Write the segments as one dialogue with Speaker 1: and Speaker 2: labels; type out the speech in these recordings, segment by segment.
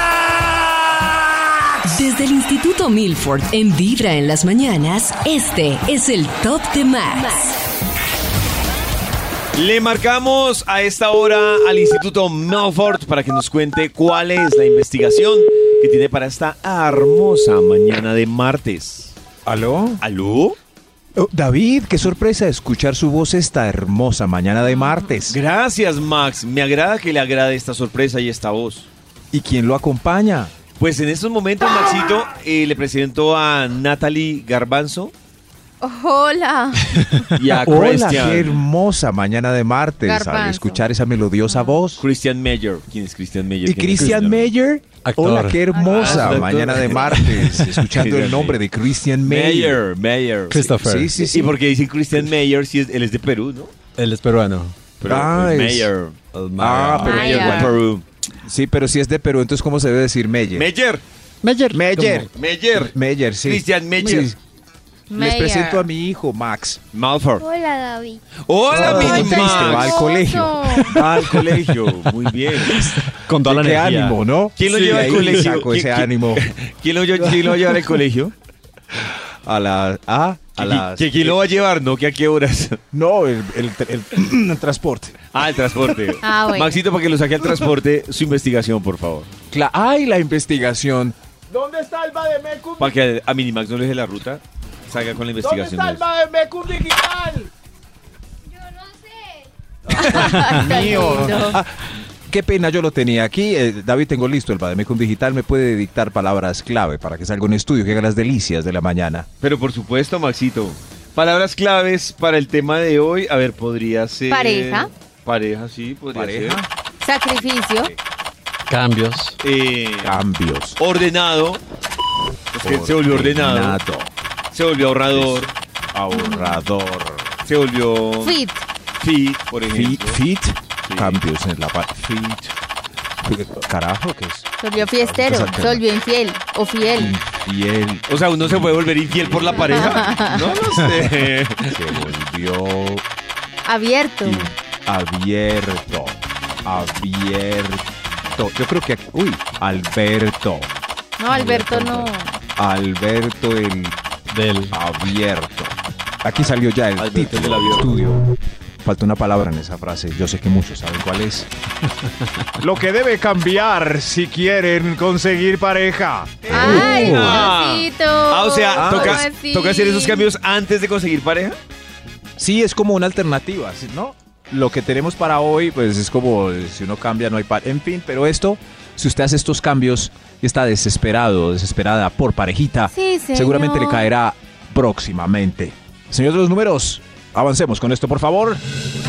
Speaker 1: Desde el Instituto Milford en Vibra en las mañanas, este es el Top de Max.
Speaker 2: Le marcamos a esta hora al Instituto Melford para que nos cuente cuál es la investigación que tiene para esta hermosa mañana de martes.
Speaker 3: ¿Aló?
Speaker 2: ¿Aló?
Speaker 3: Oh, David, qué sorpresa escuchar su voz esta hermosa mañana de martes.
Speaker 2: Gracias, Max. Me agrada que le agrade esta sorpresa y esta voz.
Speaker 3: ¿Y quién lo acompaña?
Speaker 2: Pues en estos momentos, Maxito, eh, le presento a Natalie Garbanzo
Speaker 4: Hola.
Speaker 2: y a
Speaker 3: Hola, qué
Speaker 2: Christian.
Speaker 3: hermosa mañana de martes al
Speaker 4: Garbanzo.
Speaker 3: escuchar esa melodiosa voz.
Speaker 2: Christian Mayer. ¿Quién es Christian Mayer?
Speaker 3: Y
Speaker 2: ¿Quién es
Speaker 3: Christian Mayer,
Speaker 5: Actor.
Speaker 3: hola, qué
Speaker 2: Ah,
Speaker 3: hermosa
Speaker 2: actor.
Speaker 3: mañana de martes, escuchando
Speaker 2: Christian
Speaker 3: el nombre de Christian Mayer.
Speaker 2: Mayer, Mayer.
Speaker 5: Christopher.
Speaker 3: Sí, sí, sí.
Speaker 2: Y porque dicen Christian Mayer, si es- él es de Perú, ¿no?
Speaker 5: Él es peruano.
Speaker 2: Pero
Speaker 3: Ah,
Speaker 2: es
Speaker 3: es-
Speaker 2: Mayer.
Speaker 3: Ah, pero-
Speaker 2: Mayer de
Speaker 4: Mayer.
Speaker 2: Perú.
Speaker 3: Sí, pero si es de Perú, entonces ¿cómo se debe decir Mayer?
Speaker 2: Mayer.
Speaker 5: Meyer.
Speaker 3: Mayer.
Speaker 2: Mayer.
Speaker 3: Mayer, sí.
Speaker 2: Christian Mayer.
Speaker 3: Sí. Les presento a mi hijo, Max.
Speaker 2: Malford. Ah,
Speaker 6: Hola David.
Speaker 2: Hola,
Speaker 3: Hola,
Speaker 2: mi
Speaker 3: Mini
Speaker 2: Max.
Speaker 3: Max. va al colegio.
Speaker 2: Va al colegio. Muy bien.
Speaker 5: Con toda
Speaker 3: ¿De
Speaker 5: la
Speaker 3: qué
Speaker 5: energía.
Speaker 3: ánimo, no?
Speaker 2: ¿Quién lo
Speaker 3: Sí,
Speaker 2: lleva
Speaker 3: de
Speaker 2: al
Speaker 3: ahí
Speaker 2: colegio?
Speaker 3: saco
Speaker 2: ¿Qui-
Speaker 3: ese
Speaker 2: qui-
Speaker 3: ánimo
Speaker 2: ¿Quién lo, lle- quién lo va a llevar al colegio?
Speaker 3: a la ah, a, a
Speaker 2: ¿Que-
Speaker 3: las
Speaker 2: que quién lo va a llevar? ¿No? ¿Que a qué horas?
Speaker 3: no el, el- el- el transporte.
Speaker 2: Ah, el transporte.
Speaker 4: Ah, bueno.
Speaker 2: Maxito, para que lo saque al transporte, su investigación, por favor.
Speaker 3: Cla- ay, la investigación.
Speaker 7: ¿Dónde está el Bademecum?
Speaker 2: Para que a Minimax no le deje la ruta, salga con la
Speaker 7: ¿Dónde
Speaker 2: investigación.
Speaker 7: está el Bademecum digital?
Speaker 6: Yo no sé.
Speaker 3: Ah, qué pena, yo lo tenía aquí. Eh, David, tengo listo el Bademecum Digital. Me puede dictar palabras clave para que salga un estudio que haga las delicias de la mañana.
Speaker 2: Pero por supuesto, Maxito. Palabras claves para el tema de hoy. A ver, podría ser.
Speaker 4: Pareja.
Speaker 2: Pareja, sí, podría
Speaker 3: Pareja.
Speaker 2: ser.
Speaker 4: Sacrificio.
Speaker 5: Cambios.
Speaker 2: Eh,
Speaker 3: Cambios.
Speaker 2: ordenado. Es que se volvió ordenado.
Speaker 3: Ordenado,
Speaker 2: Se volvió ahorrador.
Speaker 3: Ahorrador.
Speaker 2: Se volvió.
Speaker 4: Fit.
Speaker 2: Fit, por
Speaker 3: Fi-
Speaker 2: ejemplo.
Speaker 3: Fit. Cambios en la parte. Fit. Carajo, ¿qué es?
Speaker 4: Se volvió fiestero. Se volvió infiel. O fiel.
Speaker 3: Infiel.
Speaker 2: O sea, uno se puede volver infiel por la pareja. No lo sé.
Speaker 3: Se volvió
Speaker 4: Abierto.
Speaker 3: Y abierto, abierto. Yo creo que aquí, uy, Alberto,
Speaker 4: No, Alberto no.
Speaker 3: Alberto el
Speaker 5: Del.
Speaker 3: abierto. Aquí salió ya el
Speaker 2: Alberto
Speaker 3: título
Speaker 2: el
Speaker 3: del
Speaker 2: abierto.
Speaker 3: estudio. Falta una palabra en esa frase. Yo sé que muchos saben cuál es. Lo que debe cambiar si quieren conseguir pareja.
Speaker 4: Ay,
Speaker 3: Uh.
Speaker 4: Diosito.
Speaker 2: Ah, o sea,
Speaker 3: Ah,
Speaker 4: ¿Cómo
Speaker 2: toca,
Speaker 4: así?
Speaker 2: toca hacer esos cambios antes de conseguir pareja.
Speaker 3: Sí, es como una alternativa, ¿sí? ¿no? Lo que tenemos para hoy, pues es como eh, si uno cambia, no hay par. En fin, pero esto, si usted hace estos cambios y está desesperado, desesperada por parejita,
Speaker 4: Sí, señor.
Speaker 3: seguramente le caerá próximamente. Señor de los números, avancemos con esto, por favor.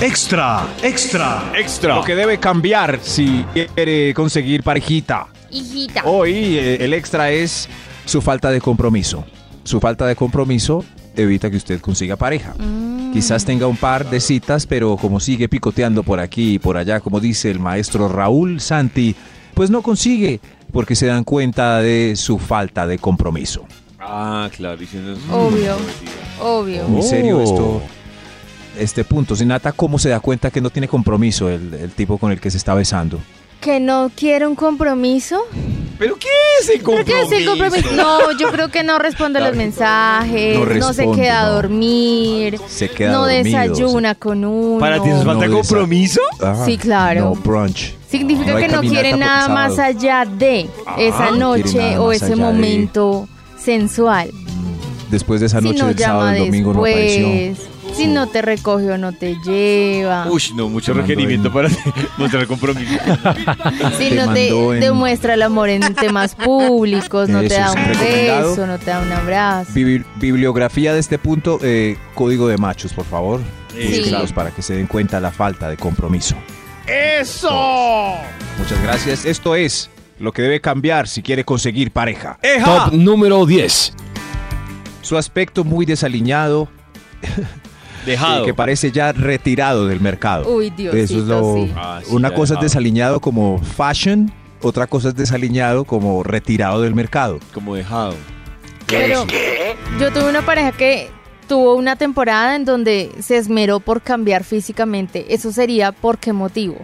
Speaker 7: Extra, extra.
Speaker 2: Extra.
Speaker 3: Lo que debe cambiar si quiere conseguir parejita.
Speaker 4: Hijita.
Speaker 2: Oh.
Speaker 3: Hoy eh, el extra es su falta de compromiso. Su falta de compromiso evita que usted consiga pareja.
Speaker 4: Mm.
Speaker 3: Quizás tenga un par de citas, pero como sigue picoteando por aquí y por allá, como dice el maestro Raúl Santi, pues no consigue, porque se dan cuenta de su falta de compromiso.
Speaker 2: Ah, claro. diciendo eso.
Speaker 4: Obvio. Obvio.
Speaker 3: Muy
Speaker 5: Oh.
Speaker 3: serio esto. Este punto, Sinata, ¿cómo se da cuenta que no tiene compromiso el, el tipo con el que se está besando?
Speaker 6: ¿Que no quiero un compromiso?
Speaker 2: ¿Pero qué es el
Speaker 4: ¿Pero qué
Speaker 2: compromiso?
Speaker 4: es el compromiso? No, yo creo que no responde los mensajes,
Speaker 3: No
Speaker 4: no,
Speaker 3: responde,
Speaker 4: se queda
Speaker 3: no.
Speaker 4: a dormir,
Speaker 3: Se queda
Speaker 4: no
Speaker 3: dormido,
Speaker 4: desayuna con uno.
Speaker 2: ¿Para ti eso es falta de
Speaker 3: No,
Speaker 2: compromiso?
Speaker 3: Ah,
Speaker 4: Sí, claro.
Speaker 3: No, brunch.
Speaker 4: Significa
Speaker 3: No hay
Speaker 4: que no
Speaker 3: caminata
Speaker 4: quiere
Speaker 3: por
Speaker 4: nada
Speaker 3: sábado.
Speaker 4: más allá de esa
Speaker 3: no Ah, quiere
Speaker 4: noche
Speaker 3: nada
Speaker 4: o
Speaker 3: más
Speaker 4: ese
Speaker 3: allá de-
Speaker 4: momento sensual.
Speaker 3: Después de esa
Speaker 4: Si
Speaker 3: noche
Speaker 4: no
Speaker 3: del sábado
Speaker 4: llama
Speaker 3: al domingo no apareció.
Speaker 4: después, si no te recoge o no te lleva,
Speaker 2: Uy, no, mucho
Speaker 3: Te mandó
Speaker 2: requerimiento
Speaker 3: en-
Speaker 2: para mostrar compromiso.
Speaker 4: si
Speaker 3: te
Speaker 4: no te
Speaker 3: mandó en-
Speaker 4: demuestra el amor en temas públicos, no
Speaker 3: Eso
Speaker 4: te da
Speaker 3: es
Speaker 4: un
Speaker 3: recomendado.
Speaker 4: beso, no te da un abrazo.
Speaker 3: Bibli- bibliografía de este punto, eh, código de machos, por favor.
Speaker 2: Sí.
Speaker 3: Búsquenlos para que se den cuenta la falta de compromiso.
Speaker 7: ¡Eso!
Speaker 3: Muchas gracias. Esto es lo que debe cambiar si quiere conseguir pareja.
Speaker 5: Ah.
Speaker 2: ¡Eja!
Speaker 5: número 10.
Speaker 3: Su aspecto muy desaliñado,
Speaker 2: Dejado.
Speaker 3: eh, que parece ya retirado del mercado.
Speaker 4: Uy, Diosito,
Speaker 3: Eso es lo.
Speaker 4: sí.
Speaker 2: Ah, sí,
Speaker 3: una
Speaker 2: ya
Speaker 3: cosa
Speaker 2: dejado.
Speaker 3: es desaliñado como fashion, otra cosa es desaliñado como retirado del mercado.
Speaker 2: Como dejado.
Speaker 4: Pero yo tuve una pareja que tuvo una temporada en donde se esmeró por cambiar físicamente. ¿Eso sería por qué motivo?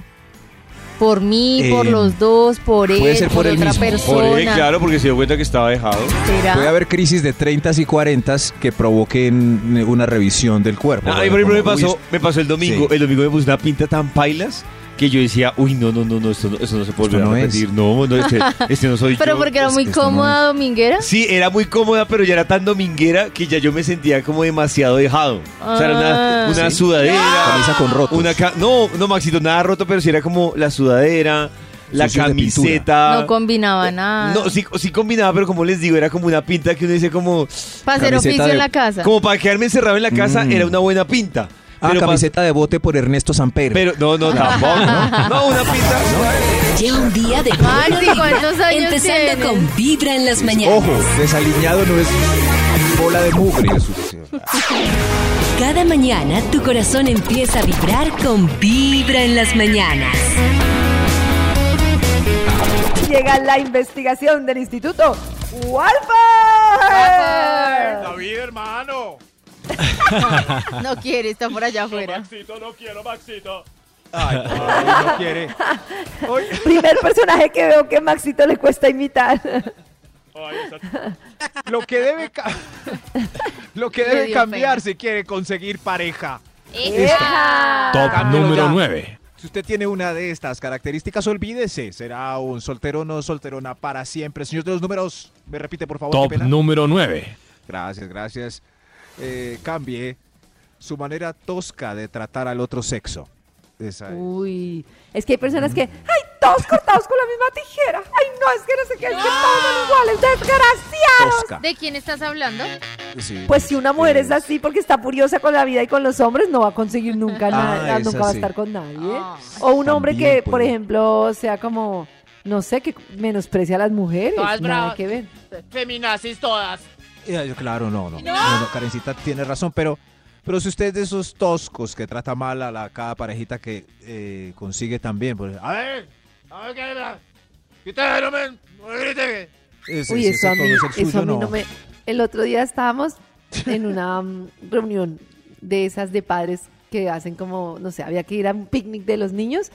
Speaker 4: Por mí, por
Speaker 3: Eh,
Speaker 4: los dos, por él,
Speaker 3: puede ser por él
Speaker 4: otra
Speaker 3: mismo.
Speaker 2: Por
Speaker 4: persona.
Speaker 2: él, claro, porque se dio cuenta que estaba dejado.
Speaker 4: ¿Será?
Speaker 3: Puede haber crisis de 30 y 40 que provoquen eh, una revisión del cuerpo.
Speaker 2: Ay,
Speaker 3: Bueno,
Speaker 2: Ah, por ejemplo, me
Speaker 3: como, uy,
Speaker 2: pasó, me pasó el domingo.
Speaker 3: Sí.
Speaker 2: El domingo me puse una pinta tan pailas que yo decía, uy, no, no, no, no, esto no, eso no se puede
Speaker 3: Esto
Speaker 2: volver a
Speaker 3: no es.
Speaker 2: repetir. No, no, este, este no soy
Speaker 4: Pero
Speaker 2: yo.
Speaker 4: porque era
Speaker 3: es
Speaker 4: muy
Speaker 3: que esto no
Speaker 4: cómoda dominguera.
Speaker 2: Sí, era muy cómoda, pero ya era tan dominguera que ya yo me sentía como demasiado dejado. O sea, era una,
Speaker 4: Ah.
Speaker 2: una
Speaker 3: Sí.
Speaker 2: sudadera.
Speaker 3: Camisa con rotos.
Speaker 2: Una ca- no, no, Maxito, nada roto, pero sí era como la sudadera, la
Speaker 3: Sucios de
Speaker 2: camiseta.
Speaker 3: Ah,
Speaker 4: no
Speaker 3: eh,
Speaker 4: combinaba nada.
Speaker 2: No, sí, sí combinaba, pero como les digo, era como una pinta que uno dice como,
Speaker 4: para hacer
Speaker 3: camiseta
Speaker 4: oficio
Speaker 3: de-
Speaker 4: en la casa.
Speaker 2: como para quedarme encerrado en la casa,
Speaker 3: Mm.
Speaker 2: era una buena pinta.
Speaker 3: Ah,
Speaker 2: Pero pa-
Speaker 3: camiseta de bote por Ernesto Samper.
Speaker 2: Pero no, no, tampoco. No, No, una pinta.
Speaker 1: Lleva un día de
Speaker 8: Ah,
Speaker 4: Maxi,
Speaker 1: pura vibra,
Speaker 4: ¿cuántos años
Speaker 1: Empezando
Speaker 4: tienes?
Speaker 1: con Vibra en las mañanas.
Speaker 3: Ojo, desaliñado no es bola de mugre.
Speaker 1: Cada mañana tu corazón empieza a vibrar con Vibra en las mañanas.
Speaker 8: Llega la investigación del Instituto Walford.
Speaker 9: David, hermano.
Speaker 4: No quiere, está por allá afuera.
Speaker 9: Maxito, no quiero, Maxito.
Speaker 3: no quiere.
Speaker 8: Primer personaje que veo que Maxito le cuesta imitar.
Speaker 9: Ay, esa-
Speaker 3: Lo que debe, ca- lo que
Speaker 4: Le dio pena.
Speaker 3: si quiere conseguir pareja.
Speaker 8: ¡Eja!
Speaker 5: Top
Speaker 3: Cámbialo
Speaker 5: número
Speaker 3: ya.
Speaker 5: 9.
Speaker 3: Si usted tiene una de estas características, olvídese. Será un soltero o no solterona para siempre. Señor de los números, me repite, por favor.
Speaker 5: Top
Speaker 3: Oh, qué pena.
Speaker 5: número 9.
Speaker 3: Gracias, gracias. Eh, cambie su manera tosca de tratar al otro sexo. Esa es.
Speaker 8: Uy, es que hay personas que, ay, todos cortados con la misma tijera. Ay, no, es que no sé qué, es que todos son iguales, desgraciados.
Speaker 3: Tosca.
Speaker 4: ¿De quién estás hablando?
Speaker 3: Sí.
Speaker 8: Pues si una mujer es
Speaker 3: Eh,
Speaker 8: así porque está furiosa con la vida y con los hombres, no va a conseguir nunca nada,
Speaker 3: Ah, es
Speaker 8: nunca va a
Speaker 3: así.
Speaker 8: estar con nadie.
Speaker 4: Ah.
Speaker 8: O un hombre
Speaker 3: También
Speaker 10: pues.
Speaker 8: que, por
Speaker 3: puede.
Speaker 8: ejemplo, sea como, no sé, que menosprecia a las mujeres.
Speaker 7: Todas
Speaker 8: nada
Speaker 7: bravas.
Speaker 8: que ver.
Speaker 7: Feminazis todas.
Speaker 3: Eh, yo, claro, no, no. No, no, Karencita tiene razón, pero, pero si usted es de esos toscos que trata mal a la, cada parejita que eh, consigue también. Pues,
Speaker 9: A ver, a ver, qué era. Quítale, no me, no me grite.
Speaker 3: ese-
Speaker 8: Uy,
Speaker 3: ese
Speaker 8: eso a
Speaker 3: tono es
Speaker 8: mí,
Speaker 3: el
Speaker 8: eso
Speaker 3: suyo,
Speaker 8: a mí no me... El otro día estábamos en una mm, reunión de esas de padres que hacen como, no sé, había que ir a un picnic de los niños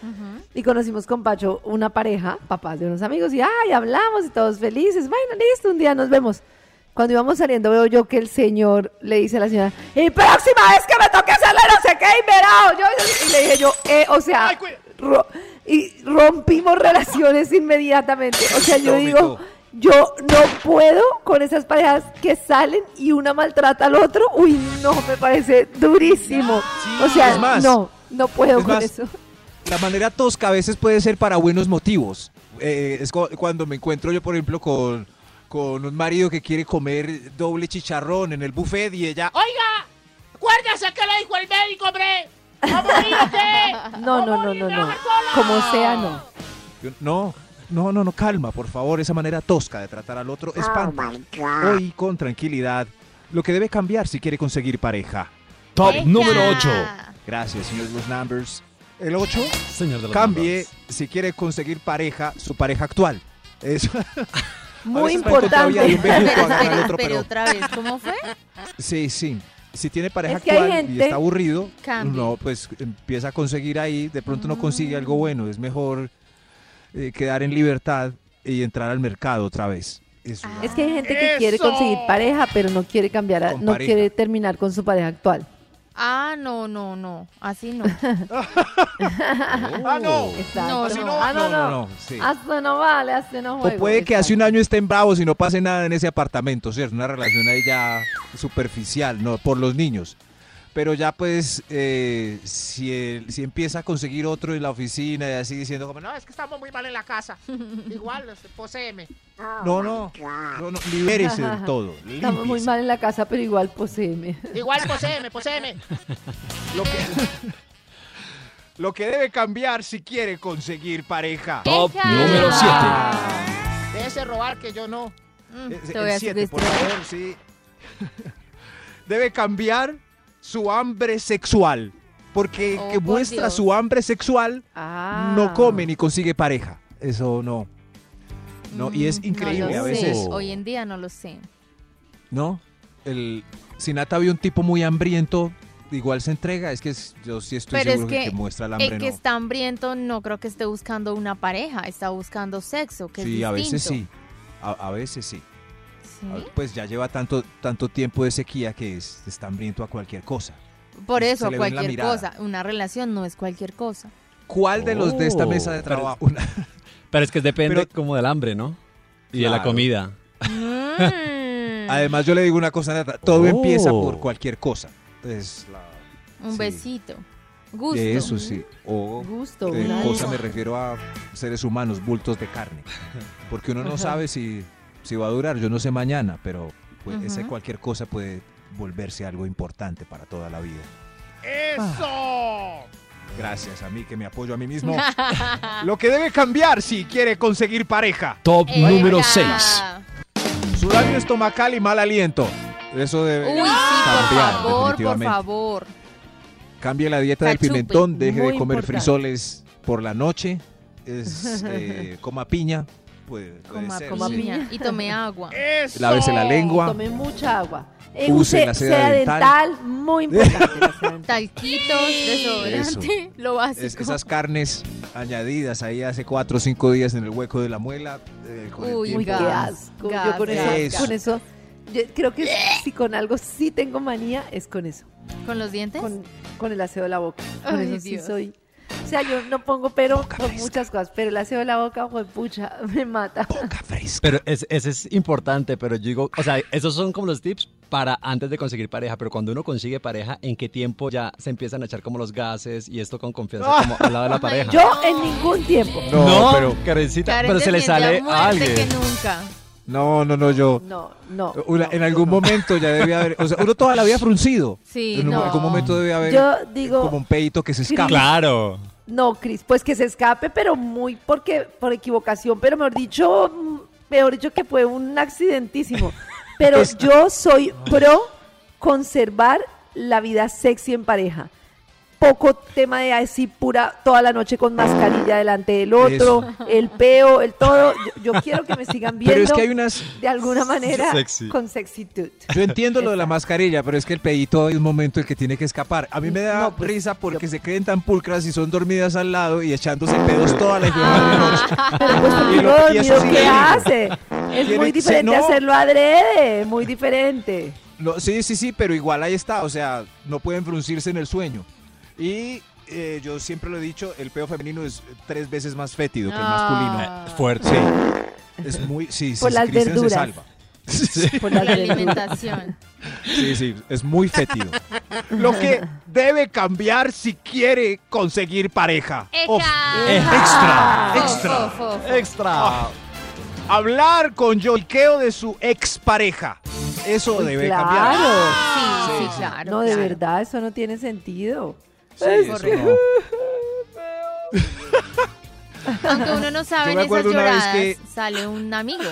Speaker 8: y conocimos con Pacho una pareja, papás de unos amigos, y ay, hablamos y todos felices, bueno, listo, un día nos vemos. Cuando íbamos saliendo veo yo que el señor le dice a la señora, y próxima vez que me toque hacerle no sé qué, y verá, o yo, y le dije yo, eh, o sea,
Speaker 9: Ay, cuida-
Speaker 8: ro- y rompimos relaciones inmediatamente. O sea, yo
Speaker 3: Vómito.
Speaker 8: digo, yo no puedo con esas parejas que salen y una maltrata al otro. Uy, no, me parece durísimo. o sea,
Speaker 3: es más.
Speaker 8: no, no puedo
Speaker 3: Es
Speaker 8: con
Speaker 3: más,
Speaker 8: eso.
Speaker 3: La manera tosca a veces puede ser para buenos motivos. Eh, es cu- cuando me encuentro yo, por ejemplo, con, con un marido que quiere comer doble chicharrón en el buffet y ella...
Speaker 7: Oiga, acuérdese que le dijo el médico, hombre. ¡Vamos a morir, o qué?
Speaker 8: No, no, no, no, no. Como
Speaker 4: Ah,
Speaker 8: sea, no.
Speaker 3: Yo, No, no, no, no, calma, por favor, esa manera tosca de tratar al otro espanta. Hoy con tranquilidad, lo que debe cambiar si quiere conseguir pareja.
Speaker 5: Top
Speaker 4: Venga.
Speaker 5: número 8.
Speaker 3: Gracias, señor de los numbers. El 8,
Speaker 5: Señor de los
Speaker 3: cambie
Speaker 5: números.
Speaker 3: si quiere conseguir pareja, su pareja actual. Eso.
Speaker 8: Muy
Speaker 3: A veces me he encontrado ya de un
Speaker 8: importante.
Speaker 4: Pero,
Speaker 3: viejo que va a ganar al
Speaker 4: espera,
Speaker 3: otro,
Speaker 4: espera,
Speaker 3: pero-
Speaker 4: otra vez, ¿cómo fue?
Speaker 3: Sí, sí. Si tiene pareja
Speaker 8: Es que hay
Speaker 3: actual y
Speaker 8: gente-
Speaker 3: está aburrido,
Speaker 4: Cambie.
Speaker 3: no, pues empieza a conseguir ahí, de pronto no consigue
Speaker 8: Mm.
Speaker 3: algo bueno, es mejor eh, quedar en libertad y entrar al mercado otra vez. Eso,
Speaker 4: Ah.
Speaker 3: ya.
Speaker 8: Es que hay gente que quiere
Speaker 9: ¡Eso!
Speaker 8: conseguir pareja, pero no quiere cambiar, a-
Speaker 3: Con
Speaker 8: no
Speaker 3: pareja.
Speaker 8: quiere terminar con su pareja actual.
Speaker 4: Ah, no, no, no. Así no.
Speaker 9: Ah, no.
Speaker 8: Exacto.
Speaker 4: Así
Speaker 9: no-
Speaker 8: ah, no, no.
Speaker 3: sí.
Speaker 8: Hasta no vale, hasta no
Speaker 3: O
Speaker 8: juego.
Speaker 3: puede que hace
Speaker 8: exacto.
Speaker 3: un año estén bravos y no pase nada en ese apartamento, ¿cierto? Una relación ahí ya superficial, ¿no? Por los niños. Pero ya pues, eh, si, el- si empieza a conseguir otro en la oficina y así diciendo como, no,
Speaker 7: No, es que estamos muy mal en la casa. Igual, este, poseeme.
Speaker 3: no, no, no, no, libérese del todo.
Speaker 8: Estamos muy
Speaker 3: límpiese".
Speaker 8: mal en la casa, pero igual poseeme.
Speaker 7: Igual, poseeme, poseeme.
Speaker 3: Lo que, lo que debe cambiar si quiere conseguir pareja.
Speaker 5: Top
Speaker 4: Venga.
Speaker 5: número 7.
Speaker 7: Déjese robar que yo no.
Speaker 4: Mm,
Speaker 10: Eh,
Speaker 3: Es-
Speaker 4: Te voy
Speaker 3: el
Speaker 4: a
Speaker 3: Eh, siete, por
Speaker 4: secuestrar.
Speaker 3: favor, sí. debe cambiar
Speaker 10: su hambre sexual. Porque el
Speaker 4: Oh,
Speaker 10: que
Speaker 4: por
Speaker 10: muestra
Speaker 4: Dios.
Speaker 10: su hambre sexual
Speaker 8: Ah.
Speaker 10: no come ni consigue pareja. Eso no. No, y es
Speaker 4: Mm,
Speaker 10: increíble
Speaker 4: no lo
Speaker 10: a
Speaker 4: sé.
Speaker 10: veces.
Speaker 4: Hoy en día no lo sé.
Speaker 10: ¿no? El Sinata vio un tipo muy hambriento, igual se entrega, es que es- yo sí estoy
Speaker 4: Pero
Speaker 10: seguro
Speaker 4: es
Speaker 10: que,
Speaker 4: que
Speaker 10: que muestra el hambre
Speaker 4: El que
Speaker 10: no.
Speaker 4: está hambriento no creo que esté buscando una pareja, está buscando sexo, que
Speaker 10: Sí,
Speaker 4: es
Speaker 10: a veces sí.
Speaker 4: distinto.
Speaker 10: A, a veces sí. A-
Speaker 4: ¿Sí?
Speaker 10: Pues ya lleva tanto tanto tiempo de sequía que es- está hambriento a cualquier cosa.
Speaker 4: Por
Speaker 10: se
Speaker 4: eso,
Speaker 10: le ve en la
Speaker 4: cualquier
Speaker 10: mirada.
Speaker 4: cosa, una relación no es cualquier cosa.
Speaker 10: ¿Cuál de los de esta
Speaker 5: Oh,
Speaker 10: mesa de
Speaker 5: pero-
Speaker 10: trabajo?
Speaker 5: Pero es que depende
Speaker 10: Pero-
Speaker 5: como del hambre, ¿no? Y de la
Speaker 10: Claro.
Speaker 5: comida.
Speaker 4: Mm.
Speaker 10: Además yo le digo una cosa, Nata, todo empieza
Speaker 5: Oh.
Speaker 10: por cualquier cosa. Es la-
Speaker 4: Un
Speaker 10: sí.
Speaker 4: besito. Gusto.
Speaker 10: de eso sí. Oh. O
Speaker 8: Gusto,
Speaker 10: de
Speaker 8: una
Speaker 10: Eh, cosa me refiero a seres humanos, bultos de carne. Porque uno no sabe si, si va a durar, yo no sé mañana, pero pues, esa
Speaker 4: Ujú.
Speaker 10: cualquier cosa puede volverse algo importante para toda la vida. Ah.
Speaker 3: ¡Eso!
Speaker 10: Gracias a mí que me apoyo a mí mismo. Lo que debe cambiar si quiere conseguir pareja.
Speaker 5: Top
Speaker 4: Esa.
Speaker 5: número 6.
Speaker 10: Su daño estomacal y mal aliento. Eso debe
Speaker 4: Uy, sí, por
Speaker 10: cambiar
Speaker 4: favor, por
Speaker 10: definitivamente.
Speaker 4: favor.
Speaker 10: Cambie la dieta del
Speaker 4: Cachupe,
Speaker 10: pimentón, deje de
Speaker 8: muy
Speaker 10: comer
Speaker 8: importante.
Speaker 10: frisoles por la noche, es, eh, coma piña, pues, puede, puede
Speaker 4: Coma,
Speaker 10: ser,
Speaker 4: coma
Speaker 10: sí.
Speaker 4: piña y tome agua.
Speaker 3: ¡Eso!
Speaker 10: Lávese la lengua.
Speaker 8: Tome mucha agua. Eh,
Speaker 10: Use
Speaker 8: use
Speaker 10: la seda dental.
Speaker 8: dental. muy importante. la seda dental.
Speaker 4: Talquitos, desodorante, lo básico.
Speaker 10: Es- esas carnes añadidas ahí hace cuatro o cinco días en el hueco de la muela. eh, con el
Speaker 4: Uy,
Speaker 10: tiempo.
Speaker 8: Uy, qué
Speaker 4: gas.
Speaker 8: asco.
Speaker 4: gas,
Speaker 8: Yo con eso,
Speaker 10: gas.
Speaker 8: con eso, yo creo que si con algo sí tengo manía es con eso,
Speaker 4: ¿Con los dientes?
Speaker 8: con, con el aseo de la boca. Con
Speaker 4: Ay,
Speaker 8: eso sí
Speaker 4: Dios.
Speaker 8: soy. O sea, yo no pongo pero por muchas cosas, pero el aseo de la boca, pues pucha, me mata.
Speaker 5: Pero es- ese es importante, pero yo digo, o sea, esos son como los tips para antes de conseguir pareja, pero cuando uno consigue pareja, ¿en qué tiempo ya se empiezan a echar como los gases y esto con confianza como al lado de la pareja?
Speaker 8: Yo en ningún tiempo.
Speaker 10: No, pero
Speaker 5: Karencita,
Speaker 4: Karen
Speaker 5: pero se le
Speaker 4: defiende a
Speaker 5: sale a
Speaker 4: muerte
Speaker 5: alguien.
Speaker 4: que nunca.
Speaker 10: no, no, no, yo.
Speaker 8: No, no.
Speaker 10: Una-
Speaker 8: no,
Speaker 10: en
Speaker 8: yo
Speaker 10: algún
Speaker 8: no.
Speaker 10: momento ya debía haber. O sea, uno toda la vida fruncido.
Speaker 4: Sí,
Speaker 10: en un-
Speaker 4: no.
Speaker 10: algún momento debe haber
Speaker 8: Yo
Speaker 10: eh,
Speaker 8: digo-
Speaker 10: como un pedito que se escapa.
Speaker 5: Claro.
Speaker 8: No, Cris, pues que se escape, pero muy porque por equivocación, pero mejor dicho, mm, mejor dicho que fue un accidentísimo. Pero yo soy pro conservar la vida sexy en pareja. Poco tema de así pura toda la noche con mascarilla delante del otro, el peo, el todo. Yo, yo quiero que me sigan viendo
Speaker 10: Pero es que hay unas.
Speaker 8: de alguna manera
Speaker 5: Sexy.
Speaker 8: con sexitud.
Speaker 10: Yo entiendo lo de la mascarilla, pero es que el pedito hay un momento en que tiene que escapar. A mí me da
Speaker 8: No, pues,
Speaker 10: risa porque se creen tan pulcras y son dormidas al lado y echándose pedos toda la de noche.
Speaker 8: Pero pues
Speaker 10: Ah, Y
Speaker 8: conmigo
Speaker 10: lo- y eso
Speaker 8: dormido,
Speaker 10: sí
Speaker 8: ¿qué
Speaker 10: le digo.
Speaker 8: hace? Es muy
Speaker 10: Quiere- se-
Speaker 8: diferente
Speaker 10: no.
Speaker 8: hacerlo adrede, muy diferente.
Speaker 10: No, sí, sí, sí, pero igual ahí está, o sea, no pueden fruncirse en el sueño. Y eh, yo siempre lo he dicho, el peo femenino es tres veces más fétido que el masculino.
Speaker 4: Ah,
Speaker 5: Fuerte.
Speaker 10: Sí, es muy, sí, sí,
Speaker 8: Por
Speaker 10: sí,
Speaker 8: las
Speaker 10: Cristian se
Speaker 8: verduras.
Speaker 10: salva. Sí,
Speaker 8: Por
Speaker 4: La
Speaker 8: la verdura.
Speaker 4: alimentación.
Speaker 10: sí, sí, es muy fétido. lo que debe cambiar si quiere conseguir pareja. Of-
Speaker 4: Extra,
Speaker 10: extra. Extra. Hablar con lloriqueo de su expareja. Eso
Speaker 8: Uy,
Speaker 10: debe
Speaker 8: claro.
Speaker 10: cambiar.
Speaker 4: Sí, sí,
Speaker 10: sí.
Speaker 4: claro.
Speaker 8: No, de
Speaker 4: claro.
Speaker 8: verdad, eso no tiene sentido.
Speaker 10: Sí, eso no.
Speaker 4: Aunque uno no sabe
Speaker 10: Yo
Speaker 4: en
Speaker 10: me
Speaker 4: esas
Speaker 10: acuerdo una vez
Speaker 4: lloradas,
Speaker 10: que-
Speaker 4: sale un amigo.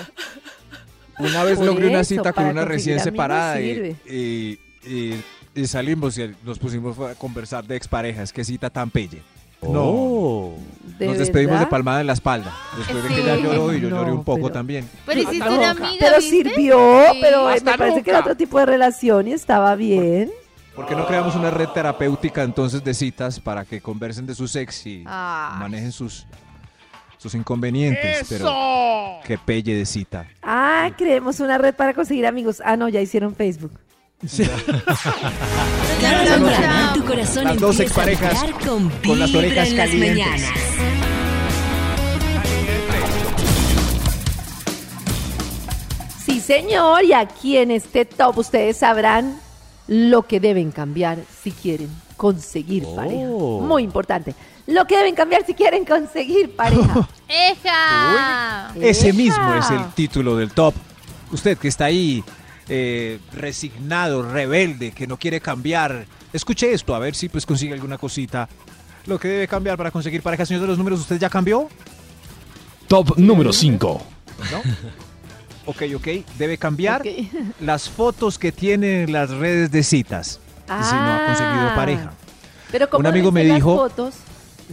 Speaker 10: Una vez
Speaker 8: Por
Speaker 10: logré una
Speaker 8: eso,
Speaker 10: cita con
Speaker 8: para
Speaker 10: una recién
Speaker 8: conseguir amigos
Speaker 10: separada y,
Speaker 8: sirve.
Speaker 10: y- y- y salimos y nos pusimos a conversar de exparejas. Qué cita tan pelle.
Speaker 5: Oh.
Speaker 10: No.
Speaker 8: ¿De
Speaker 10: nos despedimos de
Speaker 8: verdad?
Speaker 10: palmada en la espalda. Después de que
Speaker 4: Sí.
Speaker 10: ella lloró y yo
Speaker 8: No,
Speaker 10: lloré un poco
Speaker 8: pero-
Speaker 10: también.
Speaker 4: Pero hiciste
Speaker 8: Hasta
Speaker 4: una
Speaker 8: nunca.
Speaker 4: amiga,
Speaker 8: Pero
Speaker 4: ¿viste?
Speaker 8: sirvió,
Speaker 4: Sí.
Speaker 8: pero eh,
Speaker 3: Hasta
Speaker 8: me parece que era
Speaker 3: nunca.
Speaker 8: otro tipo de relación y estaba bien.
Speaker 10: ¿Por qué no creamos una red terapéutica entonces de citas para que conversen de su sex y
Speaker 8: Ah.
Speaker 4: Ay.
Speaker 10: manejen sus, sus inconvenientes? Pero
Speaker 3: ¡Eso!
Speaker 10: qué pelle de cita.
Speaker 8: Ah, creemos una red para conseguir amigos. Ah, no, ya hicieron Facebook.
Speaker 1: Cada
Speaker 4: Pero
Speaker 1: mañana tu corazón
Speaker 10: Las dos
Speaker 1: empieza a
Speaker 10: exparejas
Speaker 1: vibrar con,
Speaker 10: con las
Speaker 1: Vibra
Speaker 10: orejas
Speaker 1: en las
Speaker 10: calientes.
Speaker 1: mañanas.
Speaker 8: Sí, señor, y aquí en este top ustedes sabrán lo que deben cambiar si quieren conseguir pareja.
Speaker 10: Oh.
Speaker 8: Muy importante. Lo que deben cambiar si quieren conseguir pareja.
Speaker 4: ¡Eja!
Speaker 10: Ese
Speaker 8: Eja.
Speaker 10: mismo es el título del top. Usted que está ahí eh, resignado, rebelde, que no quiere cambiar, escuche esto a ver si pues consigue alguna cosita. Lo que debe cambiar para conseguir pareja, señor de los números, ¿usted ya cambió?
Speaker 5: Top número 5.
Speaker 10: ¿No? ok, ok, debe cambiar
Speaker 8: Ok.
Speaker 10: las fotos que tiene en las redes de citas. y si no ha conseguido
Speaker 8: Ah.
Speaker 10: pareja.
Speaker 8: Pero como
Speaker 10: Un amigo me
Speaker 8: revisé las
Speaker 10: dijo-
Speaker 8: fotos,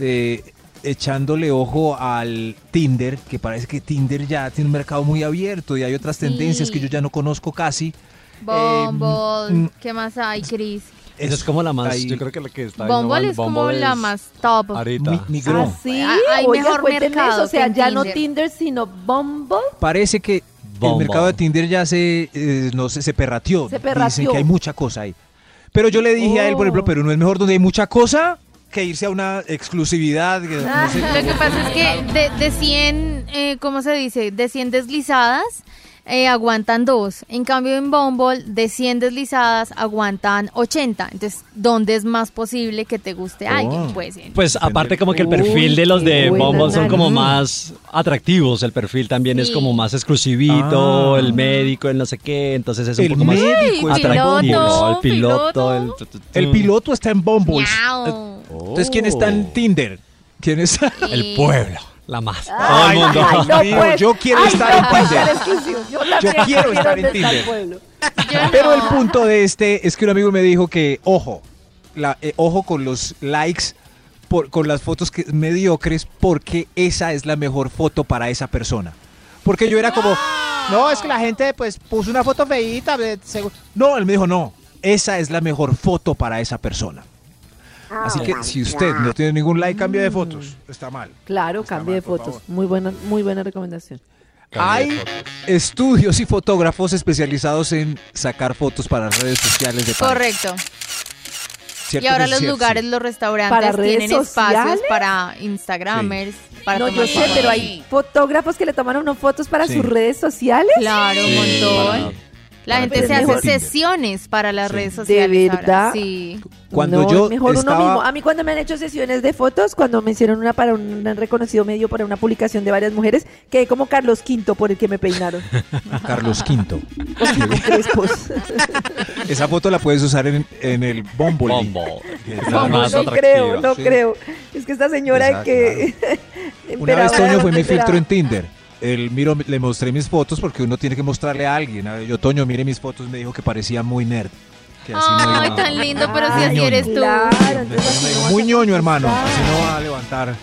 Speaker 10: eh, echándole ojo al Tinder, que parece que Tinder ya tiene un mercado muy abierto y hay otras
Speaker 4: Sí.
Speaker 10: tendencias que yo ya no conozco casi.
Speaker 4: Bumble,
Speaker 10: mm,
Speaker 4: ¿qué más hay, Chris?
Speaker 5: Esa es como la más.
Speaker 10: ahí-
Speaker 5: Yo creo que la que está.
Speaker 4: Bumble
Speaker 5: innovando-
Speaker 4: es como la
Speaker 5: es
Speaker 4: más top.
Speaker 5: Ahorita.
Speaker 10: Mi- migró.
Speaker 8: ¿Ah, sí?
Speaker 4: Ah, hay
Speaker 8: Oiga,
Speaker 4: mejor
Speaker 8: cuéntenme
Speaker 4: mercado
Speaker 8: eso, O sea,
Speaker 4: que en
Speaker 8: ya no
Speaker 4: Tinder.
Speaker 8: Tinder, sino Bumble.
Speaker 10: Parece que el
Speaker 5: Bumble.
Speaker 10: mercado de Tinder ya se, eh, no sé, se perrateó.
Speaker 8: Se perrateó.
Speaker 10: Dicen que hay mucha cosa ahí. Pero yo le dije a él, por ejemplo,
Speaker 8: Oh.
Speaker 10: pero no es mejor donde hay mucha cosa que irse a una exclusividad. que no
Speaker 8: Ah.
Speaker 10: sé.
Speaker 4: Ah. Lo que pasa es que de, de 100, eh, ¿cómo se dice? De 100 deslizadas, eh, aguantan dos. En cambio, en Bumble, de 100 deslizadas, aguantan 80. Entonces, ¿dónde es más posible que te guste
Speaker 10: Oh.
Speaker 4: alguien? Pues, en-
Speaker 5: Pues aparte como que el
Speaker 8: Uy,
Speaker 5: perfil de los
Speaker 8: qué
Speaker 5: de
Speaker 8: buena
Speaker 5: Bumble son como
Speaker 8: nariz.
Speaker 5: más atractivos, el perfil también es
Speaker 4: Sí.
Speaker 5: como más exclusivito,
Speaker 10: Ah.
Speaker 5: el médico, el no sé qué, entonces es un
Speaker 10: El
Speaker 5: poco más
Speaker 10: médico
Speaker 4: Uy,
Speaker 10: está en
Speaker 4: piloto.
Speaker 10: Bumble.
Speaker 5: atractivo,
Speaker 4: piloto.
Speaker 5: el piloto, el, tu, tu, tu.
Speaker 10: El piloto está en Bumble.
Speaker 4: Miau.
Speaker 10: Entonces, ¿quién está en Tinder? ¿Quién está?
Speaker 5: el pueblo, la más.
Speaker 10: Ay,
Speaker 5: Todo el mundo.
Speaker 10: Dios mío, yo quiero
Speaker 8: Ay,
Speaker 10: estar
Speaker 8: no,
Speaker 10: en
Speaker 8: pues,
Speaker 10: Tinder.
Speaker 8: pero es que sí, Yo, también
Speaker 10: quiero
Speaker 8: quiero
Speaker 10: estar en
Speaker 8: donde está el
Speaker 10: Tinder.
Speaker 8: pueblo.
Speaker 4: Yo no.
Speaker 10: pues, Pero el punto de este es que un amigo me dijo que, ojo, la- eh, ojo con los likes, por, con las fotos que, mediocres, porque esa es la mejor foto para esa persona. Porque yo era como, no, es que la gente pues puso una foto feíta. eh, segu-". No, él me dijo, no, esa es la mejor foto para esa persona. Así que si usted no tiene ningún like, cambia
Speaker 4: Mm.
Speaker 10: de fotos. Está mal.
Speaker 8: Claro, cambio de
Speaker 10: mal, por
Speaker 8: fotos.
Speaker 10: favor.
Speaker 8: Muy buena, muy buena recomendación.
Speaker 10: Hay estudios y fotógrafos especializados en sacar fotos para redes sociales de pareja.
Speaker 4: Correcto.
Speaker 10: ¿Cierto
Speaker 4: y ahora
Speaker 10: que
Speaker 4: los
Speaker 10: sí, sí?
Speaker 4: lugares, los
Speaker 8: ¿Para
Speaker 4: restaurantes
Speaker 8: redes
Speaker 4: tienen espacios
Speaker 8: sociales?
Speaker 4: para Instagramers, para
Speaker 8: No, yo
Speaker 4: tomar
Speaker 8: sé,
Speaker 4: fotos.
Speaker 8: pero hay fotógrafos que le toman a uno fotos para
Speaker 10: Sí.
Speaker 8: sus redes sociales.
Speaker 4: Claro, un
Speaker 5: Sí,
Speaker 4: montón. La
Speaker 10: para
Speaker 4: gente se
Speaker 8: tener
Speaker 4: hace
Speaker 8: mejor-
Speaker 4: sesiones para las redes
Speaker 8: ¿De
Speaker 4: sociales. ahora.
Speaker 8: verdad?
Speaker 4: Sí.
Speaker 10: Cuando
Speaker 8: No,
Speaker 10: yo
Speaker 8: es mejor
Speaker 10: estaba-
Speaker 8: uno mismo. A mí cuando me han hecho sesiones de fotos, cuando me hicieron una para un reconocido medio para una publicación de varias mujeres, quedé como Carlos V por el que me peinaron.
Speaker 10: Carlos V.
Speaker 8: Con crespos.
Speaker 10: Esa foto la puedes usar en, en el Bumble.
Speaker 5: Bumble, que es la
Speaker 8: No,
Speaker 5: más
Speaker 8: no creo,
Speaker 5: atractiva.
Speaker 8: no
Speaker 10: sí.
Speaker 8: creo. Es que esta señora
Speaker 10: Exacto,
Speaker 8: que
Speaker 10: Una vez Toño fue mi filtro en
Speaker 8: en
Speaker 10: Tinder. El miro, le mostré mis fotos porque uno tiene que mostrarle a alguien. A ver, Yo, Toño, mire mis fotos, me dijo que parecía muy nerd. Que así no
Speaker 4: Ay,
Speaker 10: iba-
Speaker 4: tan lindo, pero si así
Speaker 10: Ñoño.
Speaker 4: eres tú.
Speaker 8: Claro,
Speaker 10: Me
Speaker 8: entonces así no
Speaker 10: dijo,
Speaker 8: vas
Speaker 10: Muy
Speaker 8: a
Speaker 10: ñoño, hermano.
Speaker 8: conquistar.
Speaker 10: Así no va a levantar.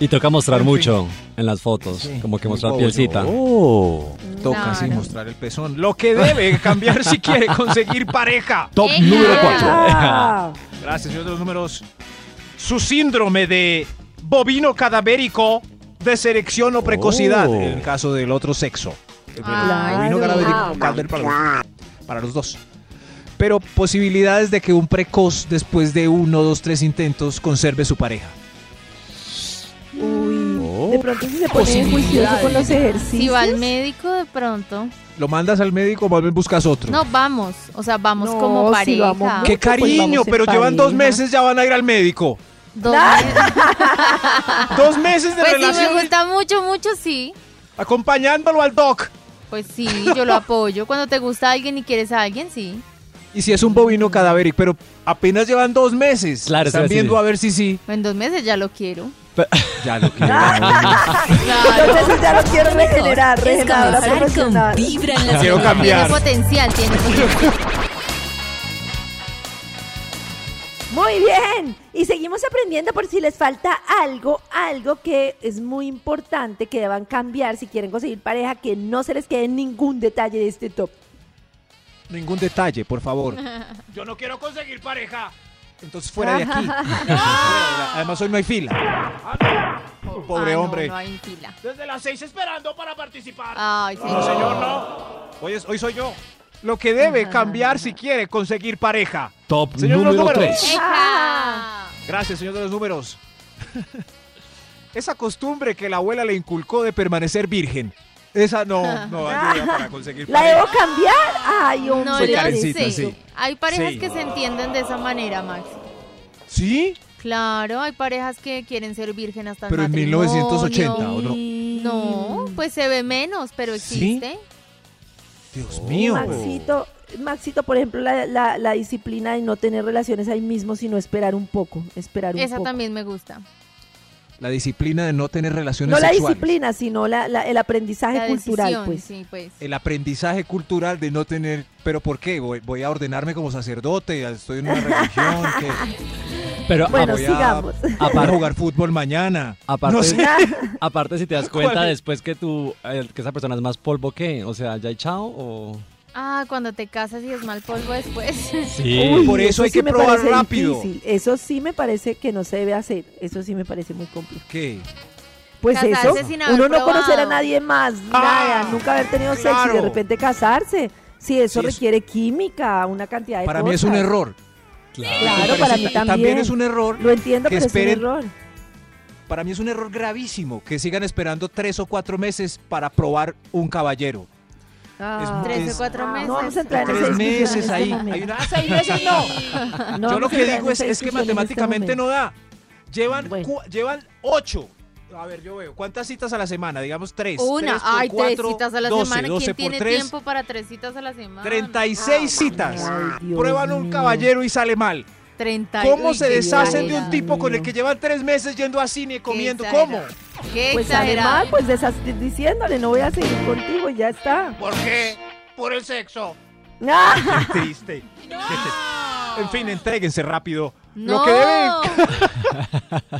Speaker 5: Y toca mostrar
Speaker 10: En fin.
Speaker 5: mucho en las fotos,
Speaker 10: Sí,
Speaker 5: como que
Speaker 10: muy
Speaker 5: mostrar
Speaker 10: bobo,
Speaker 5: pielcita.
Speaker 3: Oh,
Speaker 10: ¿no? Toca así
Speaker 4: Claro.
Speaker 10: mostrar el pezón. Lo que debe cambiar si quiere conseguir pareja.
Speaker 5: Top
Speaker 4: Ella.
Speaker 5: número 4.
Speaker 8: Ah,
Speaker 10: Gracias, señor de los números. Su síndrome de bovino cadavérico de selección o precocidad.
Speaker 2: Oh.
Speaker 10: En el caso del otro sexo. El
Speaker 4: Ay,
Speaker 10: bovino
Speaker 8: no.
Speaker 10: cadavérico, cadáver para, los, para los dos. Pero posibilidades de que un precoz, después de uno, dos, tres intentos, conserve su pareja.
Speaker 8: uy, de pronto
Speaker 10: "Oh,
Speaker 8: si se pone juicioso con los
Speaker 4: Si va al
Speaker 8: ejercicios.
Speaker 4: médico de pronto.
Speaker 10: Lo mandas al médico, más bien buscas otro.
Speaker 4: No, vamos. O sea, vamos
Speaker 8: No,
Speaker 4: como
Speaker 8: si
Speaker 4: pareja.
Speaker 8: vamos-
Speaker 10: ¡Qué
Speaker 8: Pues vamos
Speaker 10: cariño!
Speaker 8: en
Speaker 10: pero llevan
Speaker 8: pareja.
Speaker 10: dos meses, ya van a ir al médico.
Speaker 4: Dos meses.
Speaker 10: Dos meses de
Speaker 4: Pues si
Speaker 10: relación.
Speaker 4: me gusta mucho, mucho, sí.
Speaker 10: Acompañándolo al doc.
Speaker 4: Pues sí, yo lo apoyo. Cuando te gusta alguien y quieres a alguien, sí.
Speaker 10: Y si es un bovino cadavérico, pero apenas llevan dos meses.
Speaker 5: Claro,
Speaker 10: Están
Speaker 5: eso iba a
Speaker 10: viendo
Speaker 5: decir.
Speaker 10: a ver si sí.
Speaker 4: En dos meses ya lo quiero.
Speaker 10: Ya lo que
Speaker 8: Entonces ya lo quiero regenerar,
Speaker 1: Es
Speaker 8: regeneradora
Speaker 1: comenzar con
Speaker 8: profesional.
Speaker 1: vibra en las
Speaker 10: Quiero
Speaker 1: mañanas.
Speaker 10: cambiar.
Speaker 4: Tiene potencial, tiene potencial.
Speaker 8: Muy bien. Y seguimos aprendiendo por si les falta algo, algo que es muy importante que deban cambiar si quieren conseguir pareja, que no se les quede ningún detalle de este top.
Speaker 10: Ningún detalle, por favor.
Speaker 3: Yo no quiero conseguir pareja.
Speaker 10: Entonces fuera de aquí. Además hoy no hay fila. Pobre
Speaker 4: Ah, no,
Speaker 10: hombre.
Speaker 4: No, hay fila.
Speaker 3: Desde las seis esperando para participar.
Speaker 4: Ay, sí.
Speaker 10: No, señor, no. Hoy, es- hoy soy yo. Lo que debe cambiar si quiere conseguir pareja.
Speaker 5: Top
Speaker 10: Señor de los
Speaker 5: número
Speaker 10: números.
Speaker 5: 3.
Speaker 4: Eja.
Speaker 10: Gracias, señor de los números. Esa costumbre que la abuela le inculcó de permanecer virgen. Esa no, no ayuda para conseguir
Speaker 8: ¿La
Speaker 10: pareja.
Speaker 8: debo cambiar? Ay, hombre.
Speaker 4: No
Speaker 10: Soy
Speaker 4: lo
Speaker 10: Karencita,
Speaker 4: sé.
Speaker 10: sí.
Speaker 4: Hay parejas
Speaker 10: Sí.
Speaker 4: que se entienden de esa manera, Max.
Speaker 10: ¿Sí?
Speaker 4: Claro, hay parejas que quieren ser virgen hasta el
Speaker 10: Pero en
Speaker 4: matrimonio.
Speaker 10: 1980, ¿o no?
Speaker 4: No, pues se ve menos, pero
Speaker 10: ¿Sí?
Speaker 4: existe.
Speaker 10: Dios
Speaker 5: Oh,
Speaker 10: mío.
Speaker 5: pues
Speaker 8: Maxito, Maxito, por ejemplo, la, la- la disciplina de no tener relaciones ahí mismo, sino esperar un poco, esperar un
Speaker 4: Esa
Speaker 8: poco.
Speaker 4: también me gusta.
Speaker 10: La disciplina de no tener relaciones
Speaker 8: No la
Speaker 10: sexuales.
Speaker 8: disciplina, sino la- la- el aprendizaje
Speaker 4: La
Speaker 8: cultural,
Speaker 4: decisión,
Speaker 8: pues.
Speaker 4: sí, pues.
Speaker 10: El aprendizaje cultural de no tener... ¿Pero por qué? Voy, voy a ordenarme como sacerdote, estoy en una religión, que
Speaker 5: Pero
Speaker 8: Bueno,
Speaker 10: voy a-
Speaker 8: sigamos.
Speaker 10: voy a
Speaker 5: aparte,
Speaker 10: jugar fútbol mañana.
Speaker 5: aparte,
Speaker 10: No sé.
Speaker 5: aparte si te das cuenta después que tú, eh, que esa persona es más polvo que, o sea, ya hay chao o...
Speaker 4: Ah, cuando te casas y es mal polvo después.
Speaker 5: Sí.
Speaker 8: Uy, pues,
Speaker 10: por eso hay que
Speaker 8: me
Speaker 10: probar
Speaker 8: parece
Speaker 10: rápido.
Speaker 8: difícil. Eso sí me parece que no se debe hacer. Eso sí me parece muy complicado.
Speaker 10: ¿Qué?
Speaker 8: Pues
Speaker 4: Casarse
Speaker 8: eso,
Speaker 4: sin haber
Speaker 8: uno no
Speaker 4: probado.
Speaker 8: conocer a nadie más, nada, nunca haber tenido sexo y de
Speaker 10: Ah, claro.
Speaker 8: repente casarse. Sí, eso
Speaker 10: Sí, es-
Speaker 8: requiere química, una cantidad de
Speaker 10: Para
Speaker 8: cosas.
Speaker 10: mí es un error.
Speaker 8: Claro, para mí también.
Speaker 10: También es un error.
Speaker 8: Lo entiendo,
Speaker 10: que
Speaker 8: pero es
Speaker 10: esperen-
Speaker 8: un error.
Speaker 10: Para mí es un error gravísimo que sigan esperando tres o cuatro meses para probar un caballero.
Speaker 8: Ah,
Speaker 10: Tres o
Speaker 8: es-
Speaker 4: cuatro
Speaker 8: ah,
Speaker 4: meses.
Speaker 8: No vamos a entrar en
Speaker 10: Tres
Speaker 8: esa discusión en
Speaker 10: meses
Speaker 8: este
Speaker 10: ahí.
Speaker 8: momento.
Speaker 10: Hay una-
Speaker 7: Seis veces no.
Speaker 8: No
Speaker 10: Yo
Speaker 8: vamos
Speaker 10: lo
Speaker 8: a
Speaker 10: que
Speaker 8: entrar en
Speaker 10: digo
Speaker 8: esa
Speaker 10: es, es que
Speaker 8: discusión en este
Speaker 10: matemáticamente
Speaker 8: momento.
Speaker 10: no da. Llevan,
Speaker 8: Bueno.
Speaker 10: cua- llevan ocho. A ver, yo veo. ¿Cuántas citas a la semana? Digamos tres.
Speaker 4: Una,
Speaker 10: Tres por
Speaker 4: ay,
Speaker 10: cuatro,
Speaker 4: tres citas a la
Speaker 10: 12,
Speaker 4: semana.
Speaker 10: 12
Speaker 4: ¿Quién
Speaker 10: por
Speaker 4: tiene
Speaker 10: tres,
Speaker 4: tiempo Ah, para tres citas a la semana?
Speaker 10: 36 citas.
Speaker 8: Ay, Dios
Speaker 10: Prueban un
Speaker 8: mío.
Speaker 10: caballero y sale mal.
Speaker 4: Treinta y-
Speaker 10: ¿Cómo
Speaker 4: uy,
Speaker 10: se
Speaker 4: qué
Speaker 10: deshacen de
Speaker 4: exagerado.
Speaker 10: un tipo con el
Speaker 8: mío.
Speaker 10: que llevan tres meses yendo a cine,
Speaker 4: Qué
Speaker 10: comiendo? ¿Cómo?
Speaker 4: exagerado. Qué
Speaker 8: Pues además,
Speaker 4: exagerado.
Speaker 8: pues desas- diciéndole, no voy a seguir contigo y ya está.
Speaker 7: ¿Por qué? Por el sexo.
Speaker 8: Ah,
Speaker 10: Qué triste. En fin, entréguense rápido.
Speaker 4: no.
Speaker 10: Lo que deben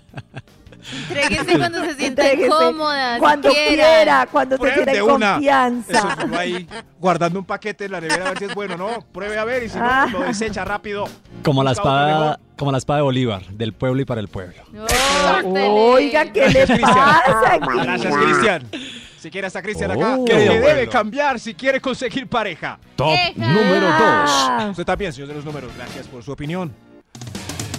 Speaker 4: Entréguense cuando se sientan
Speaker 8: entréguese.
Speaker 4: cómodas.
Speaker 8: Ah, Cuando
Speaker 4: quieran.
Speaker 8: quiera, cuando te
Speaker 10: Prueben
Speaker 8: quiera
Speaker 10: de
Speaker 8: en
Speaker 10: una.
Speaker 8: confianza.
Speaker 10: Eso, uno ahí guardando un paquete en la nevera a ver si es bueno, ¿no? Pruebe a ver y si
Speaker 8: Ah.
Speaker 10: no, lo desecha rápido.
Speaker 5: Como la
Speaker 10: Busca otro
Speaker 5: espada,
Speaker 10: mejor.
Speaker 5: como la espada de Bolívar, del pueblo y para el pueblo.
Speaker 4: No,
Speaker 8: Oiga, ¿qué le
Speaker 10: Gracias,
Speaker 8: pasa?
Speaker 10: Gracias, Cristian. Si quiere está Cristian acá,
Speaker 5: Oh.
Speaker 10: que
Speaker 5: Qué
Speaker 10: le
Speaker 5: bueno.
Speaker 10: debe cambiar si quiere conseguir pareja.
Speaker 4: Top número
Speaker 8: Ah,
Speaker 10: Usted también, señor de los números. Gracias por su opinión.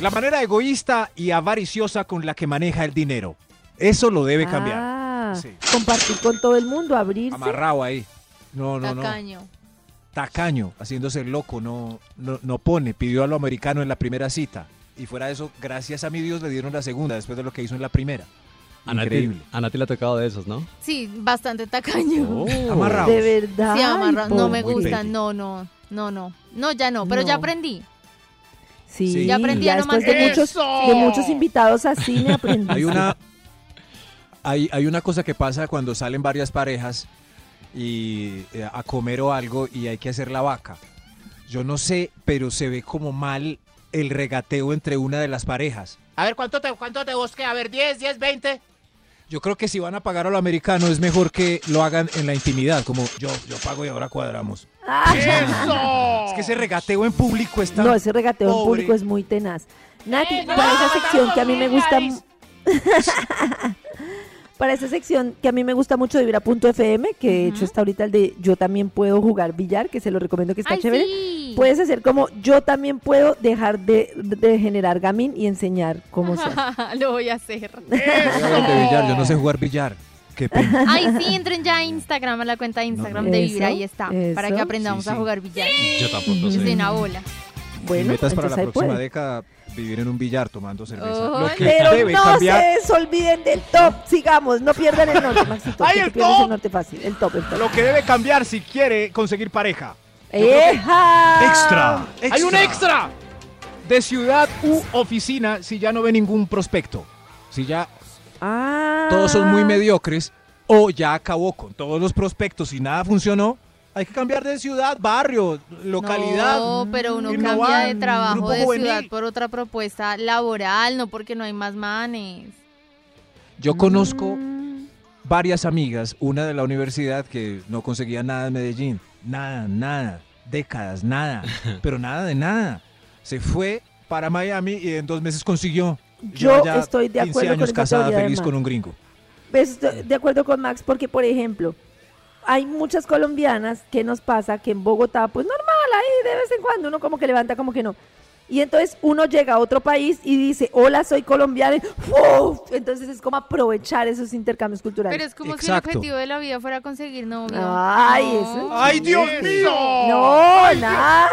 Speaker 10: La manera egoísta y avariciosa con la que maneja el dinero. Eso lo debe cambiar.
Speaker 8: ah,
Speaker 10: Sí.
Speaker 8: Compartir con todo el mundo, abrirse.
Speaker 10: Amarrado ahí. No, no, no.
Speaker 4: Tacaño.
Speaker 10: tacaño, haciéndose el loco, no, no, no pone, pidió a lo americano en la primera cita. Y fuera de eso, gracias a mi Dios le dieron la segunda después de lo que hizo en la primera.
Speaker 5: A Nati,
Speaker 10: Increíble.
Speaker 5: a Nati le ha tocado de esos, ¿no?
Speaker 4: Sí, bastante tacaño.
Speaker 10: Amarrado.
Speaker 8: De verdad.
Speaker 4: Sí, amarra-
Speaker 8: ay,
Speaker 4: No
Speaker 8: por-
Speaker 4: me
Speaker 10: Muy
Speaker 4: gusta.
Speaker 10: bello.
Speaker 4: No, no. No, no. No, ya no. Pero ya
Speaker 8: No.
Speaker 4: aprendí.
Speaker 8: Sí,
Speaker 4: Ya aprendí a no
Speaker 8: después de
Speaker 4: mantener-
Speaker 8: muchos,
Speaker 7: ¡Eso!
Speaker 8: de muchos invitados a cine aprendí.
Speaker 10: Hay una, hay, hay una cosa que pasa cuando salen varias parejas y eh, a comer o algo y hay que hacer la vaca. Yo no sé, pero se ve como mal el regateo entre una de las parejas.
Speaker 7: A ver, ¿cuánto te, cuánto te busqué? A ver, 10, 10, 20.
Speaker 10: Yo creo que si van a pagar a lo americano es mejor que lo hagan en la intimidad, como yo, yo pago y ahora cuadramos.
Speaker 8: Ah,
Speaker 7: ¡Eso!
Speaker 10: Es que ese regateo en público está.
Speaker 8: no, ese regateo en
Speaker 10: Pobre.
Speaker 8: público es muy tenaz. Nati,
Speaker 7: ¡Eh, no!
Speaker 8: para esa sección que a mí me gusta...
Speaker 7: ¡Estamos bien,
Speaker 8: para esa sección que a mí me gusta mucho de Vibra.fm, que de hecho está ahorita el de Yo también puedo jugar billar, que se lo recomiendo que está
Speaker 4: Ay,
Speaker 8: chévere. Pues-
Speaker 4: sí.
Speaker 8: Puedes hacer como yo también puedo dejar de, de generar gamín y enseñar cómo se hace.
Speaker 4: Ah, Lo voy a hacer.
Speaker 10: Voy a ver de billar, yo no sé jugar billar. Qué pena.
Speaker 4: Ay, sí, entren ya a Instagram, a la cuenta de Instagram
Speaker 8: No, no.
Speaker 4: de Vibra,
Speaker 8: Eso,
Speaker 4: ahí está. Para que
Speaker 8: eso.
Speaker 4: aprendamos
Speaker 10: Sí,
Speaker 4: a
Speaker 10: sí.
Speaker 4: jugar billar.
Speaker 5: Yo tampoco
Speaker 4: Es de una bola.
Speaker 10: Mi
Speaker 8: Bueno,
Speaker 10: meta es para la
Speaker 8: entonces ahí
Speaker 10: próxima
Speaker 8: puede.
Speaker 10: década vivir en un billar tomando cerveza.
Speaker 4: Oh,
Speaker 10: lo que
Speaker 8: Pero
Speaker 10: debe
Speaker 8: no
Speaker 10: cambiar,
Speaker 8: se olviden del top, sigamos, no pierdan el norte, Maxito.
Speaker 10: ¡Ay,
Speaker 8: que
Speaker 10: el
Speaker 8: tú pierdes
Speaker 10: top!
Speaker 8: el norte fácil, el top, el top.
Speaker 10: lo que debe cambiar si quiere conseguir pareja.
Speaker 8: ¡Eja!
Speaker 10: Extra,
Speaker 7: ¡Hay un extra!
Speaker 10: De ciudad u oficina si ya no ve ningún prospecto. Si ya
Speaker 8: Ah.
Speaker 10: todos son muy mediocres o ya acabó con todos los prospectos y nada funcionó, hay que cambiar de ciudad, barrio, localidad.
Speaker 4: No, pero uno
Speaker 10: innovar,
Speaker 4: cambia de trabajo
Speaker 10: grupo
Speaker 4: de
Speaker 10: juvenil.
Speaker 4: ciudad por otra propuesta laboral, no porque no hay más manes.
Speaker 10: Yo conozco varias amigas, una de la universidad que no conseguía nada en Medellín, nada, nada, décadas, nada, pero nada de nada. Se fue para Miami y en dos meses consiguió.
Speaker 8: Yo
Speaker 10: Lleva ya
Speaker 8: estoy de acuerdo con
Speaker 10: años
Speaker 8: esa
Speaker 10: casada,
Speaker 8: teoría de
Speaker 10: feliz
Speaker 8: Max.
Speaker 10: con un gringo.
Speaker 8: Pues, de de acuerdo con Max, porque por ejemplo, hay muchas colombianas que nos pasa que en Bogotá, pues normal, ahí de vez en cuando uno como que levanta, como que no. Y entonces uno llega a otro país y dice, hola, soy colombiana. ¡Uf! Entonces es como aprovechar esos intercambios culturales.
Speaker 4: Pero es como
Speaker 10: Exacto.
Speaker 4: si el objetivo de la vida fuera conseguir novio.
Speaker 8: Ay,
Speaker 4: No.
Speaker 8: eso-
Speaker 10: ¡Ay, Dios
Speaker 7: mío!
Speaker 8: No, nada.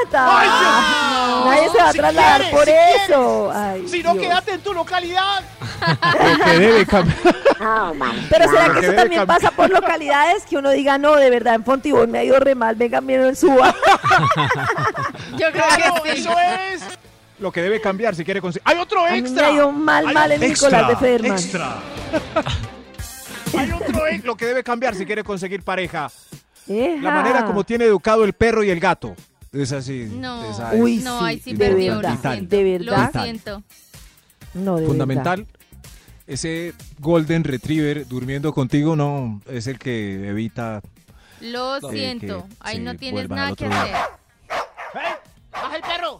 Speaker 8: Nadie se va a
Speaker 7: Si
Speaker 8: trasladar
Speaker 7: quieres,
Speaker 8: por
Speaker 7: si
Speaker 8: eso. Ay,
Speaker 7: Si no,
Speaker 8: Dios.
Speaker 7: quédate en tu localidad.
Speaker 10: Que debe cambiar.
Speaker 8: Pero será que eso
Speaker 10: Porque debe
Speaker 8: también
Speaker 10: cambiar.
Speaker 8: pasa por localidades que uno diga, no, de verdad, en Fontibón me ha ido re mal, vengan, miren, suba.
Speaker 4: Yo creo
Speaker 7: Claro,
Speaker 4: que sí.
Speaker 7: eso es.
Speaker 10: Lo que debe cambiar si quiere conseguir. ¡Hay otro
Speaker 8: A mí
Speaker 10: extra!
Speaker 8: me ha ido mal,
Speaker 10: Hay
Speaker 8: mal
Speaker 10: un
Speaker 8: el Nicolás de Federman.
Speaker 10: ¡Extra! Hay otro ex- lo que debe cambiar si quiere conseguir pareja. La
Speaker 8: Ejá.
Speaker 10: manera como tiene educado el perro y el gato. Es así.
Speaker 4: No.
Speaker 10: esa es
Speaker 8: Uy,
Speaker 4: no,
Speaker 8: sí,
Speaker 4: ahí sí
Speaker 8: de
Speaker 4: perdió. lo
Speaker 8: verdad,
Speaker 4: siento,
Speaker 8: de verdad.
Speaker 4: Lo siento.
Speaker 8: No, de
Speaker 10: fundamental. Ese Golden Retriever durmiendo contigo no es el que evita.
Speaker 4: Lo
Speaker 10: Sí,
Speaker 4: siento.
Speaker 10: que-
Speaker 4: Ahí
Speaker 10: sí,
Speaker 4: no tienes
Speaker 10: vuelvan
Speaker 4: nada
Speaker 10: al
Speaker 4: que
Speaker 10: otro
Speaker 4: hacer.
Speaker 10: lado.
Speaker 7: ¡Ey! ¡Baja el perro!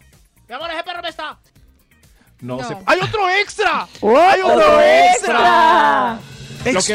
Speaker 7: ¡Mi amor, ese perro me está!
Speaker 10: No,
Speaker 4: No.
Speaker 10: se- ¡Hay otro extra!
Speaker 8: verdad.
Speaker 10: ¡Hay otro
Speaker 8: extra!
Speaker 10: Lo que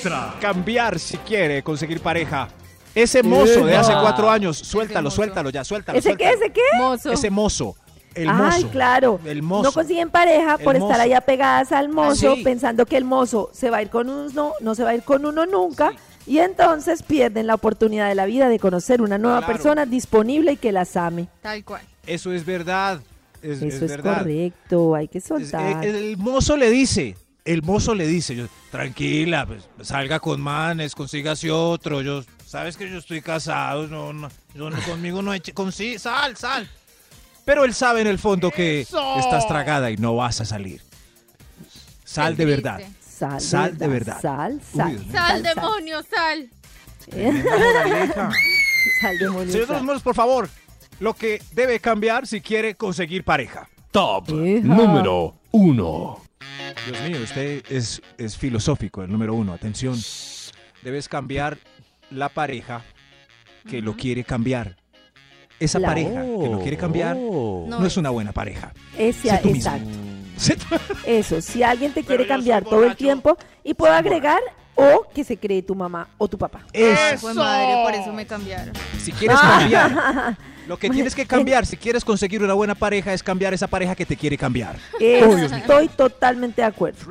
Speaker 10: debe cambiar si quiere conseguir pareja. Ese mozo de hace
Speaker 5: Eva.
Speaker 10: cuatro años, suéltalo,
Speaker 4: mozo.
Speaker 10: suéltalo ya, suéltalo.
Speaker 8: ¿Ese qué?
Speaker 10: suéltalo.
Speaker 8: ¿Ese qué?
Speaker 4: Mozo.
Speaker 10: Ese mozo. El
Speaker 8: Ay,
Speaker 10: mozo.
Speaker 8: claro.
Speaker 10: El mozo.
Speaker 8: No consiguen pareja
Speaker 10: El
Speaker 8: por estar
Speaker 10: mozo. Ah,
Speaker 8: ahí apegadas al mozo,
Speaker 10: sí.
Speaker 8: pensando que el mozo se va a ir con uno, no se va a ir con uno nunca. Y entonces pierden la oportunidad de la vida de conocer una nueva
Speaker 10: Claro.
Speaker 8: persona disponible y que las ame.
Speaker 4: Tal cual.
Speaker 10: Eso es verdad. Es,
Speaker 8: Eso es,
Speaker 10: verdad.
Speaker 8: correcto, hay que
Speaker 10: Es- eh,
Speaker 8: soltar.
Speaker 10: el, el mozo le dice, el mozo le dice, yo, tranquila, pues, salga con manes, consígase otro, yo, sabes que yo estoy casado, no, no, yo no- conmigo no eche, consí, sal, sal. Pero él sabe en el fondo que
Speaker 7: ¡Eso!
Speaker 10: estás tragada y no vas a salir. Sal
Speaker 4: Es
Speaker 10: de
Speaker 4: triste.
Speaker 10: verdad.
Speaker 8: Sal,
Speaker 10: sal de verdad.
Speaker 8: Sal,
Speaker 10: Uy,
Speaker 8: sal.
Speaker 10: Dios mío.
Speaker 4: Sal, demonio, sal.
Speaker 8: Sal, demonio,
Speaker 10: Señor de los
Speaker 8: sal.
Speaker 10: Moros, por favor, lo que debe cambiar si quiere conseguir pareja.
Speaker 5: Top
Speaker 8: Eja.
Speaker 5: número uno.
Speaker 10: Dios mío, usted es, es filosófico, el número uno. Atención. Debes cambiar la pareja que lo quiere cambiar. Esa
Speaker 8: Claro.
Speaker 10: pareja que lo quiere cambiar no,
Speaker 4: No
Speaker 10: es una buena pareja.
Speaker 8: Ese,
Speaker 10: Sé tú mismo.
Speaker 8: exacto.
Speaker 10: Sé tú-
Speaker 8: Eso, si alguien te quiere
Speaker 3: yo soy
Speaker 8: cambiar todo el
Speaker 3: borracho.
Speaker 8: tiempo y puedo agregar o que se cree tu mamá o tu papá.
Speaker 10: Eso.
Speaker 4: Fue madre, por eso me cambiaron.
Speaker 10: Si quieres cambiar, lo que tienes que cambiar, si quieres conseguir una buena pareja, es cambiar esa pareja que te quiere cambiar.
Speaker 8: Eso, estoy totalmente de acuerdo.